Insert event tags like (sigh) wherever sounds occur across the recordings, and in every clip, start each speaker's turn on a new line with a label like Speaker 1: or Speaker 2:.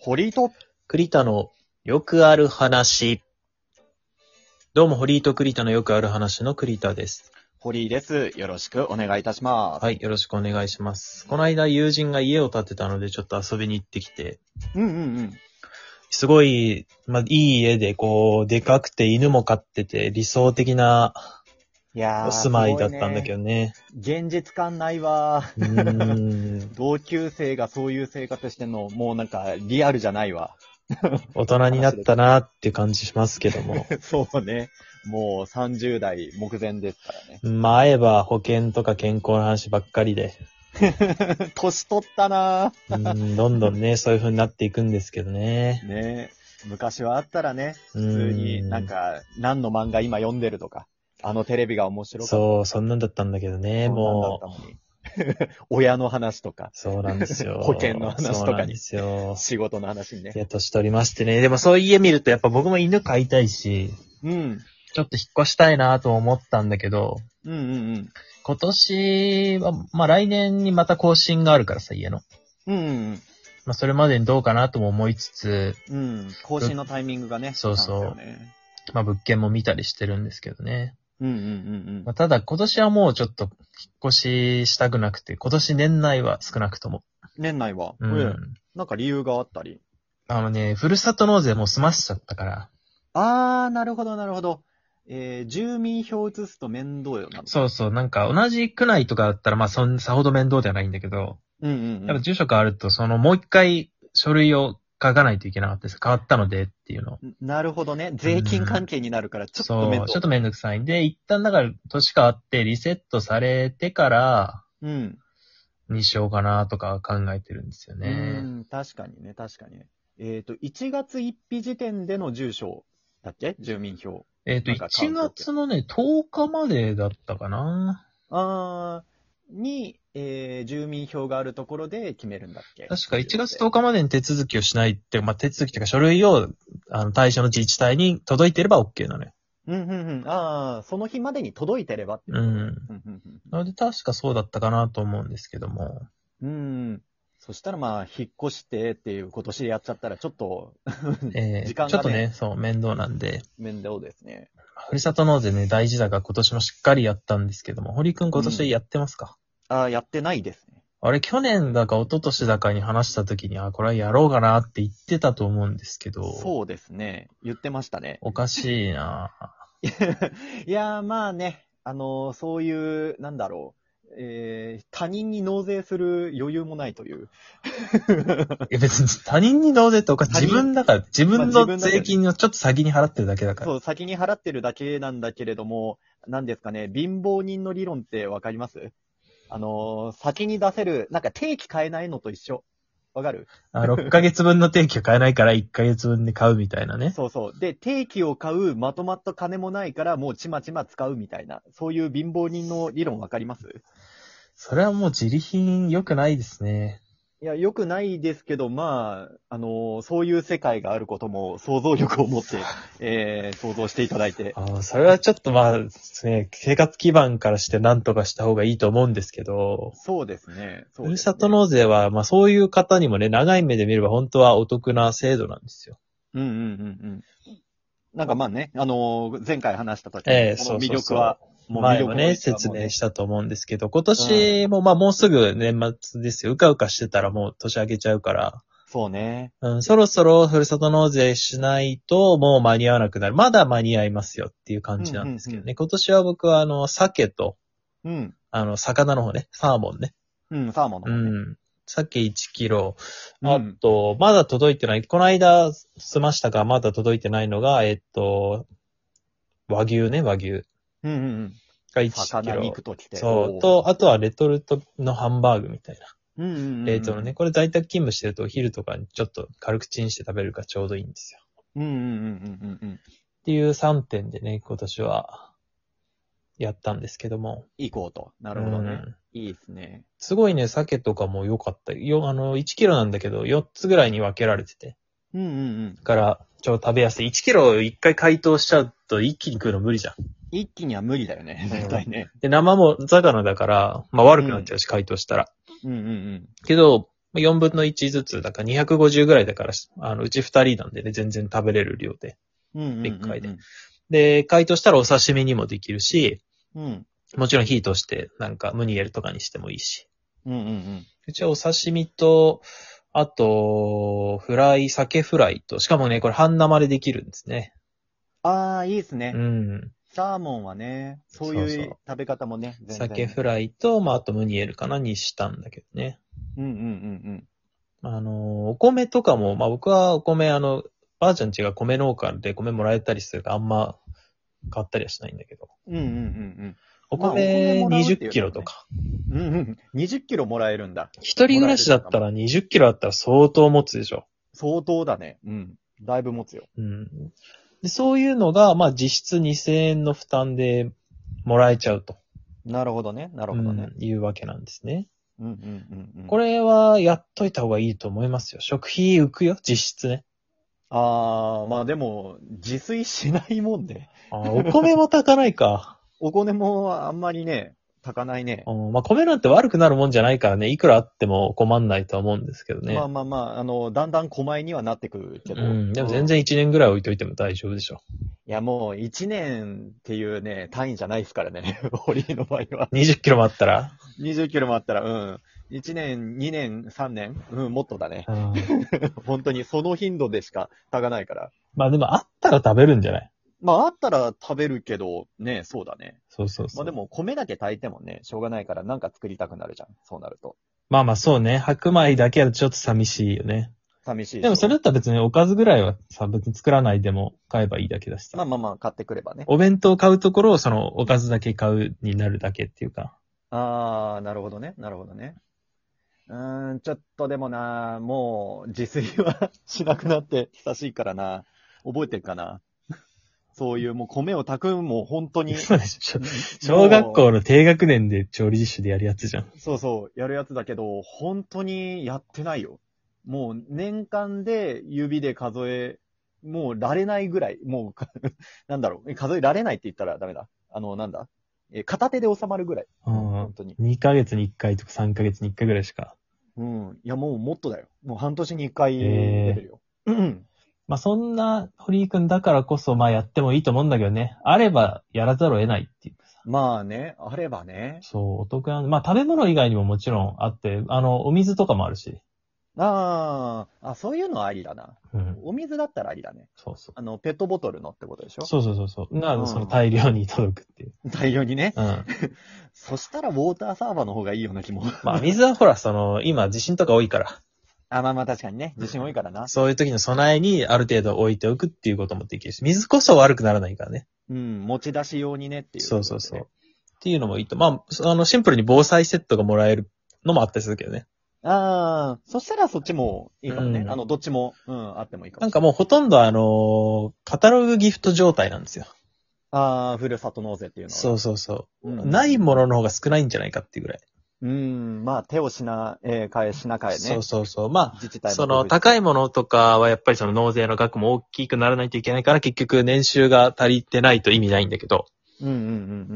Speaker 1: 堀井と、
Speaker 2: 栗田のよくある話。どうも、堀井と栗田のよくある話の栗田です。
Speaker 1: 堀井です。よろしくお願いいたします。
Speaker 2: はい、よろしくお願いします。この間、友人が家を建てたので、ちょっと遊びに行ってきて、
Speaker 1: うんうんうん。
Speaker 2: すごい、まあ、いい家で、こう、でかくて犬も飼ってて、理想的ない
Speaker 1: やー
Speaker 2: お住まいだったんだけどね。
Speaker 1: すごいね現実感ないわ
Speaker 2: うーん
Speaker 1: ー。同級生がそういう生活してんの、もうなんかリアルじゃないわ。 (laughs)
Speaker 2: 大人になったなって感じしますけ
Speaker 1: (laughs)
Speaker 2: ども。
Speaker 1: そうね。もう30代目前ですからね。
Speaker 2: まあ、会えば保険とか健康の話ばっかりで、
Speaker 1: (laughs) 年取ったな
Speaker 2: うーんどんどんね、そういう風になっていくんですけどね。
Speaker 1: ーね昔はあったらね、
Speaker 2: 普
Speaker 1: 普通になんか何の漫画今読んでるとか、あのテレビが面白かった
Speaker 2: そう、そんなんだったんだけどね、もう。
Speaker 1: そんなんだったのに (laughs) 親の話とか、
Speaker 2: そうなんですよ。
Speaker 1: (laughs) 保険の話とかに
Speaker 2: そうなんですよ。
Speaker 1: 仕事の話にね
Speaker 2: い。や、年取りましてね。でもそういう家見るとやっぱ僕も犬飼いたいし、
Speaker 1: うん。
Speaker 2: ちょっと引っ越したいなと思ったんだけど、
Speaker 1: うんうんうん。
Speaker 2: 今年は、まあ来年にまた更新があるからさ、家の。
Speaker 1: うん、
Speaker 2: まあそれまでにどうかなとも思いつつ、
Speaker 1: うん。うん。更新のタイミングがね。
Speaker 2: そうそう
Speaker 1: なんですよね
Speaker 2: まあ物件も見たりしてるんですけどね。
Speaker 1: うんうんうん
Speaker 2: まあただ今年はもうちょっと引っ越ししたくなくて、今年年内は少なくとも。
Speaker 1: うん。年内は、
Speaker 2: う
Speaker 1: うん
Speaker 2: ん。
Speaker 1: なんか理由があったり。
Speaker 2: あのね、ふるさと納税もう済ましちゃったから、
Speaker 1: あー、なるほどなるほど。えー、住民票移すと面倒よな。
Speaker 2: そうそう、なんか同じ区内とかだったら、まあそん、さほど面倒ではないんだけど、
Speaker 1: う。うんうん、う
Speaker 2: やっぱ
Speaker 1: ん。
Speaker 2: 住所変わると、そのもう一回書類を書かないといけなかったです。変わったのでっていうの。
Speaker 1: なるほどね。税金関係になるから、ちょっと面
Speaker 2: そう、
Speaker 1: 倒。
Speaker 2: ちょっと面倒くさい。で、一旦だから年変わってリセットされてから
Speaker 1: うん。
Speaker 2: にしようかなとか考えてるんですよ
Speaker 1: う
Speaker 2: ね。
Speaker 1: ん、確かにね、確かにね。えっ、と、1月1日時点での住所だっけ住民票。
Speaker 2: えっ、と、
Speaker 1: なんか買
Speaker 2: 1
Speaker 1: うとき
Speaker 2: 月のね、10日までだったかな。
Speaker 1: あーに、えー、住民票があるところで決めるんだっけ
Speaker 2: 確か1月10日までに手続きをしないって、まあ、手続きというか書類を、あの、対象の自治体に届いてれば OK なのよ。
Speaker 1: うんうんうん。ああ、その日までに届いてればっていうう。うん
Speaker 2: ん。
Speaker 1: うん
Speaker 2: なので、確かそうだったかなと思うんですけども。
Speaker 1: うん。うん。そしたらまあ、引っ越してっていう今年やっちゃったらちょっと
Speaker 2: えー
Speaker 1: 時間がね
Speaker 2: ちょっとね、そう、面倒なんで、
Speaker 1: 面倒ですね。
Speaker 2: ふるさと納税ね、大事だが今年もしっかりやったんですけども、堀くん今年やってますか、
Speaker 1: ああ、やってないですね。
Speaker 2: あれ、去年だか一昨年だかに話した時に、あ、これはやろうかなって言ってたと思うんですけど、
Speaker 1: そうですね。言ってましたね。
Speaker 2: おかしいない
Speaker 1: やーまあね、あのーそういう、なんだろう。えー、他人に納税する余裕もないという。
Speaker 2: ぁえ、別に他人に納税っておか
Speaker 1: 他人
Speaker 2: 自分だから、自分
Speaker 1: まあ自
Speaker 2: の
Speaker 1: 分だから
Speaker 2: 税金をちょっと先に払ってるだけだから。
Speaker 1: そう、先に払ってるだけなんだけれども、なんですかね、貧乏人の理論ってわかりますあのー先に出せる、なんか定期買えないのと一緒。わかる
Speaker 2: あ6ヶ月分の定期を買えないから1ヶ月分で買うみたいなね。
Speaker 1: そうそう。で、定期を買う、まとまった金もないから、もうちまちま使うみたいな、そういう貧乏人の理論わかります
Speaker 2: それはもう自利品良くないですね。
Speaker 1: いや、良くないですけど、まあ、あのーそういう世界があることも想像力を持 (laughs) って、えー、想像していただいて。
Speaker 2: あーそれはちょっとまあ、ね、生活基盤からして何とかした方がいいと思うんですけど、
Speaker 1: そうですね。そうですね
Speaker 2: ふるさと納税は、まあそういう方にもね、長い目で見れば本当はお得な制度なんですよ。
Speaker 1: うんうんうんうん。なんかまあね、あのー前回話した時
Speaker 2: ええ
Speaker 1: に、この
Speaker 2: そう
Speaker 1: 魅
Speaker 2: そう
Speaker 1: 力
Speaker 2: そう
Speaker 1: は、もう魅
Speaker 2: 前
Speaker 1: 力
Speaker 2: も
Speaker 1: の
Speaker 2: ね、
Speaker 1: 一
Speaker 2: 説
Speaker 1: 部はもう
Speaker 2: 明したと思うんですけど、今年もまあもうすぐ年末ですよ。うかうかしてたらもう年明けちゃうから、
Speaker 1: そうね。
Speaker 2: うん、そろそろふるさと納税しないともう間に合わなくなる。まだ間に合いますよっていう感じなんですけどね。
Speaker 1: うんうん
Speaker 2: 今年は僕はあの、鮭と、
Speaker 1: うん。
Speaker 2: あの、魚の方ね、サーモンね。
Speaker 1: うん、サーモンの
Speaker 2: う
Speaker 1: 方ね。
Speaker 2: ん。鮭1キロ。
Speaker 1: うん
Speaker 2: あと、まだ届いてない。この間、済ましたが、まだ届いてないのが、えっと、和牛ね、和牛
Speaker 1: うんうんうん。
Speaker 2: が1キ
Speaker 1: 魚
Speaker 2: ロ
Speaker 1: 肉。ときて。
Speaker 2: そ
Speaker 1: お
Speaker 2: う。
Speaker 1: ー、
Speaker 2: と、あとはレトルトのハンバーグみたいな。
Speaker 1: うんうんうんうん
Speaker 2: 冷凍のね。。これ在宅勤務してると、お昼とかにちょっと軽くチンして食べるからちょうどいいんですよ。
Speaker 1: うんうんうんうんうんうん。
Speaker 2: っていう3点でね、今年は、やったんですけども。
Speaker 1: いこうと。なるほどね。
Speaker 2: うん
Speaker 1: いいですね。
Speaker 2: すごいね、鮭とかも良かった。よ、あの、1キロなんだけど、4つぐらいに分けられてて。
Speaker 1: うんうんうん。
Speaker 2: だから、ちょ、食べやすい。1キロ一回解凍しちゃうと一気に食うの無理じゃん。
Speaker 1: 一気には無理だよね。
Speaker 2: うん
Speaker 1: 絶対ね。
Speaker 2: で、生も魚だから、まあ悪くなっちゃうし、解凍したら。
Speaker 1: うんうん
Speaker 2: けど、まあ4分の1ずつ、だから250ぐらいだから、あの、うち2人なんでね、全然食べれる量で。
Speaker 1: うんうんうんうん
Speaker 2: でっかいで。で、解凍したらお刺身にもできるし、
Speaker 1: うん。
Speaker 2: もちろん火通して、なんかムニエルとかにしてもいいし。
Speaker 1: うんうんうん。
Speaker 2: うちはお刺身と、あと、フライ、酒フライと、しかもね、これ半生でできるんですね。
Speaker 1: ああ、いいですね、
Speaker 2: うん。
Speaker 1: サーモンはね、そう
Speaker 2: そう
Speaker 1: い
Speaker 2: そう
Speaker 1: う食べ方もね、全然
Speaker 2: 酒フライと、まあ、あとムニエルかなにしたんだけどね。
Speaker 1: うんうんうん
Speaker 2: あの、お米とかも、まあ僕はお米、あの、ばあちゃん家が米農家で米もらえたりするから、あんま買ったりはしないんだけど。
Speaker 1: うん。うんうんうん
Speaker 2: お
Speaker 1: まあお米
Speaker 2: 米
Speaker 1: もらうっていうのもね
Speaker 2: 20キロとか。
Speaker 1: うん。うんうん。20キロもらえるんだ。
Speaker 2: 一人暮らしだったら20キロあったら相当持つでしょ。
Speaker 1: 相当だね。うん。だいぶ持つよ。
Speaker 2: うん。でそういうのが、まあ実質2000円の負担でもらえちゃうと、
Speaker 1: なるほどね。なるほどね。
Speaker 2: うんいうわけなんですね。
Speaker 1: うんうんうんうん。
Speaker 2: こ
Speaker 1: れ
Speaker 2: れはやっといた方がいいと思いますよ。食費浮くよ、実質ね。
Speaker 1: ああ、まあでも、自炊しないもんで。
Speaker 2: あーお米も炊かないか。
Speaker 1: お金もあんまりね、炊かないね。
Speaker 2: うんまあ、米なんて悪くなるもんじゃないからね、いくらあっても困んないとは思うんですけどね。
Speaker 1: まあまあまあ、あの、だんだん小前にはなってくるけど。
Speaker 2: うん、でも全然1年ぐらい置いといても大丈夫でしょ。
Speaker 1: いや、もう1年っていうね、単位じゃないですからね、 (laughs) 堀井の場合は。
Speaker 2: 20キロもあったら。
Speaker 1: 20キロもあったら、うん。1年、2年、3年うん、もっとだね。 (laughs)
Speaker 2: うん
Speaker 1: 本当にその頻度でしか炊かないから。
Speaker 2: まあでもあったら食べるんじゃない
Speaker 1: まあ、あったら食べるけど、ね、そうだね。
Speaker 2: そうそうそう。
Speaker 1: まあでも、米だけ炊いてもね、しょうがないからなんか作りたくなるじゃん。そうなると。
Speaker 2: まあまあそうね。白米だけはちょっと寂しいよね。
Speaker 1: 寂しいし
Speaker 2: でもそれだったら別におかずぐらいはさ、別に作らないでも買えばいいだけだしさ。
Speaker 1: まあまあまあ、買ってくればね。
Speaker 2: お弁当買うところをそのおかずだけ買うになるだけっていうか。
Speaker 1: あー、なるほどね。なるほどね。うーん、ちょっとでもな、もう自炊は (laughs) しなくなって久しいからな。覚えてるかな。そういうもう米を炊くもう本当に。
Speaker 2: そうでしょ。 (laughs) 小学校の低学年で調理実習でやるやつじゃん。
Speaker 1: そうそう、やるやつだけど、本当にやってないよ。もう年間で指で数え、もうられないぐらい、もう (laughs) か、なんだろう、え数えられないって言ったらダメだ。あの、なんだえ片手で収まるぐらい。
Speaker 2: うん
Speaker 1: 本。当に。
Speaker 2: 2ヶ月に1回とか3ヶ月に1回ぐらいしか。
Speaker 1: うん。いや、もうもっとだよ。もう半年に一回
Speaker 2: へー
Speaker 1: レベルよ。うん。
Speaker 2: まあそんな堀井くんだからこそまあやってもいいと思うんだけどね。あればやらざるを得ないっていうかさ。
Speaker 1: まあね、あればね。
Speaker 2: そう、お得なんで。まあ食べ物以外にももちろんあって、あの、お水とかもあるし。
Speaker 1: あーあ、そういうのはありだな。
Speaker 2: うん。
Speaker 1: お水だったらありだね。
Speaker 2: そうそう。
Speaker 1: あの、ペットボトルのってことでしょ
Speaker 2: そうそうそうそう。な
Speaker 1: うん
Speaker 2: その大量に届くっていう。
Speaker 1: 大量にね。
Speaker 2: うん。
Speaker 1: そしたらウォーターサーバーの方がいいような気も。
Speaker 2: (laughs) まあ水はほら、その、今地震とか多いから、
Speaker 1: (laughs) あ、まあまあ確かにね。地震多いからな。
Speaker 2: そういう時の備えにある程度置いておくっていうこともできるし、水こそ悪くならないからね。
Speaker 1: うん、持ち出し用にねっていう、
Speaker 2: そうそうそう。っ。ていうのもいいと。まあ、あの、シンプルに防災セットがもらえるのもあったりするけどね。
Speaker 1: ああ、そしたらそっちもいいかもね。
Speaker 2: うん
Speaker 1: あの、どっちも、うん、あってもいいかも。
Speaker 2: なんかもうほとんどあのーカタログギフト状態なんですよ。
Speaker 1: ああ、ふるさと納税っていうのは。
Speaker 2: そうそうそう。
Speaker 1: うん
Speaker 2: ないものの方が少ないんじゃないかっていうぐらい。
Speaker 1: うん、まあ手をしな、えー、変え、しな変えね。
Speaker 2: そうそうそう。ま
Speaker 1: 自治
Speaker 2: あ、
Speaker 1: 体
Speaker 2: その高いものとかはやっぱりその納税の額も大きくならないといけないから結局年収が足りてないと意味ないんだけど。
Speaker 1: うんうんう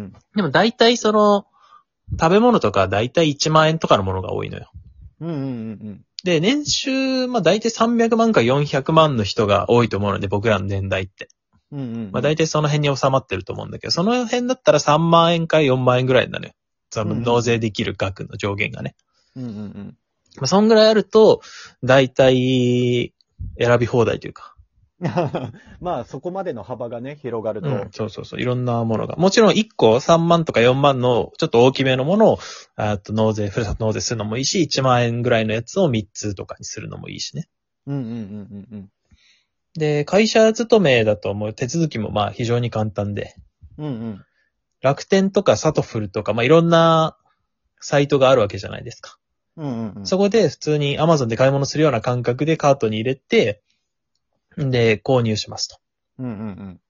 Speaker 1: ん
Speaker 2: でも大体その食べ物とか大体1万円とかのものが多いのよ。
Speaker 1: うん。うんうんうん
Speaker 2: で、年収、まあ大体300万か400万の人が多いと思うので、僕らの年代って。
Speaker 1: うん。うんうん。
Speaker 2: まあ大体その辺に収まってると思うんだけど、その辺だったら3万円から4万円ぐらいになるよ。その
Speaker 1: うん
Speaker 2: 納税できる額の上限がね。
Speaker 1: うんうんうん。
Speaker 2: まあそんぐらいあると、大体選び放題というか。
Speaker 1: まあ、そこまでの幅がね、広がると。
Speaker 2: うんそうそうそう。いろんなものが。もちろん1個3万とか4万のちょっと大きめのものを、あと納税、ふるさと納税するのもいいし、1万円ぐらいのやつを3つとかにするのもいいしね。
Speaker 1: うんうんうんうん
Speaker 2: で、会社勤めだともう手続きもまあ非常に簡単で。
Speaker 1: うん。うんうん。
Speaker 2: 楽天とかサトフルとか、まあ、いろんなサイトがあるわけじゃないですか。
Speaker 1: うんうんうん。
Speaker 2: そこで普通に Amazon で買い物するような感覚でカートに入れて、で、購入しますと。
Speaker 1: うんうんうん。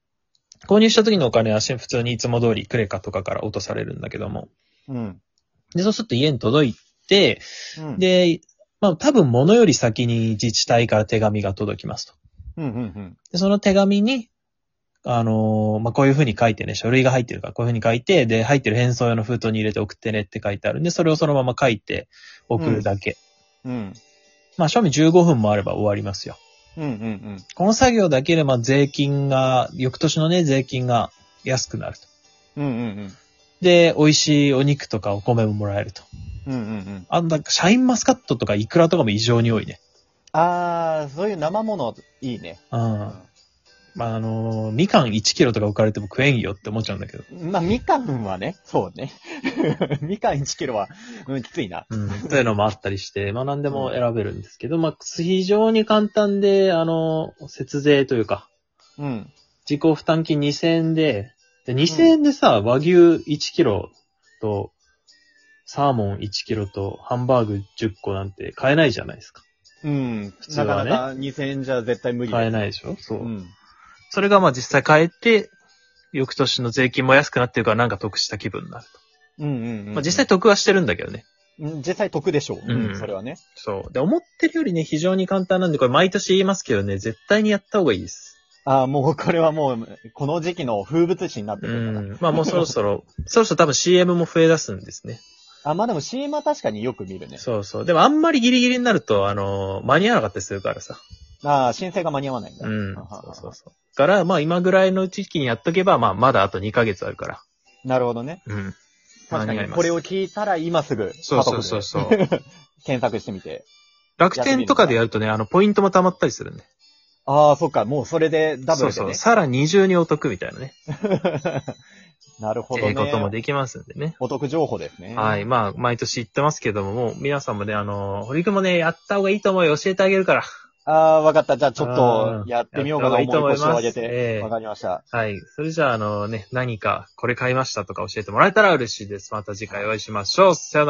Speaker 2: 購入した時のお金はし普通にいつも通りクレカとかから落とされるんだけども。
Speaker 1: うん。
Speaker 2: で、そうすると家に届いて、
Speaker 1: うん、
Speaker 2: で、まあ多分物より先に自治体から手紙が届きますと。
Speaker 1: うんうんうん。
Speaker 2: で、その手紙に、あのーまあ、こういう風に書いてね、書類が入ってるから、こういう風に書いて、で、入ってる返送用の封筒に入れて送ってねって書いてあるんで、それをそのまま書いて送るだけ。
Speaker 1: うん。
Speaker 2: まあ、賞味15分もあれば終わりますよ。
Speaker 1: うんうんうん。
Speaker 2: この作業だけで、まあ、税金が、翌年のね、税金が安くなると。
Speaker 1: うんうん
Speaker 2: で、美味しいお肉とかお米ももらえると。
Speaker 1: うん。うんうんうん。
Speaker 2: あの、なんかシャインマスカットとかイクラとかも異常に多いね。
Speaker 1: あー、そういう生ものいいね。
Speaker 2: うん。まあ、あのーみかん1キロとか置かれても食えんよって思っちゃうんだけど。
Speaker 1: まあ、みかんはね、そうね。 (laughs) みかん1キロは、うん、きついな。
Speaker 2: うん。というのもあったりして、まあ、何でも選べるんですけど、まあ、非常に簡単で、あのー節税というか、
Speaker 1: うん。
Speaker 2: 自己負担金2000円で、で、2000円でさ、和牛1キロと、サーモン1キロと、ハンバーグ10個なんて買えないじゃないですか。
Speaker 1: うん。
Speaker 2: 普通はね
Speaker 1: なかなか2000円じゃ絶対無理だ
Speaker 2: 買え
Speaker 1: よ
Speaker 2: ないでしょそう。
Speaker 1: うん。
Speaker 2: それがまあ実際買えて、翌年の税金も安くなってるからなんか得した気分になると。
Speaker 1: うんうんうん。
Speaker 2: まあ実際得はしてるんだけどね。
Speaker 1: うん、実際得でしょう。
Speaker 2: うん
Speaker 1: うん、それはね。
Speaker 2: そう。で、思ってるよりね、非常に簡単なんで、これ毎年言いますけどね、絶対にやった方がいいです。
Speaker 1: ああ、もうこれはもう、この時期の風物詩になって
Speaker 2: う
Speaker 1: くるから。
Speaker 2: ん。まあもうそろそろ、そろそろ多分 CM も増え出すんですね。
Speaker 1: あ、まあでも CM は確かによく見るね。
Speaker 2: そうそう。でもあんまりギリギリになると、あのー間に合わなかったりするからさ。
Speaker 1: ああ、申請が間に合わないんだ。
Speaker 2: うん。そ
Speaker 1: ははは
Speaker 2: うそうそう。から、まあ今ぐらいの時期にやっとけば、まあまだあと2ヶ月あるから。
Speaker 1: なるほどね。
Speaker 2: うん。
Speaker 1: 確か
Speaker 2: 間に合い
Speaker 1: に、
Speaker 2: ます
Speaker 1: これを聞いたら今すぐ、
Speaker 2: そうそうそう
Speaker 1: 家
Speaker 2: そう。
Speaker 1: 族で検索してみて。
Speaker 2: 楽天とかでやるとね、あの、ポイントも貯まったりするね。
Speaker 1: ああ、そっか、もうそれでダブルでね。
Speaker 2: そうそう。さらに二重にお得みたいなね。
Speaker 1: (laughs) なるほ
Speaker 2: え
Speaker 1: ど
Speaker 2: えことも
Speaker 1: ね。
Speaker 2: できますんでね。
Speaker 1: お得情報ですね。
Speaker 2: はい。。まあ、毎年言ってますけども、もう皆さんもね、あの、堀くんもね、やった方がいいと思うよ。教えてあげるから。
Speaker 1: ああ、わかった。じゃあちょっ
Speaker 2: あ
Speaker 1: と
Speaker 2: あ
Speaker 1: やってみようかな。
Speaker 2: やった方がいいと
Speaker 1: 腰を
Speaker 2: 思います
Speaker 1: 上げ
Speaker 2: ええ
Speaker 1: て。わかりました。
Speaker 2: はい。それじゃあ、あのね、何かこれ買いましたとか教えてもらえたら嬉しいです。また次回お会いしましょう。さよなら。